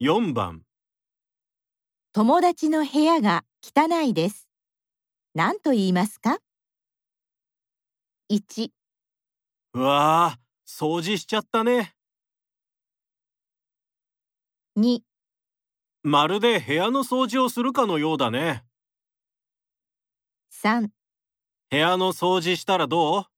4番友達の部屋が汚いです。何と言いますか ?1、うわあ掃除しちゃったね2、まるで部屋の掃除をするかのようだね3部屋の掃除したらどう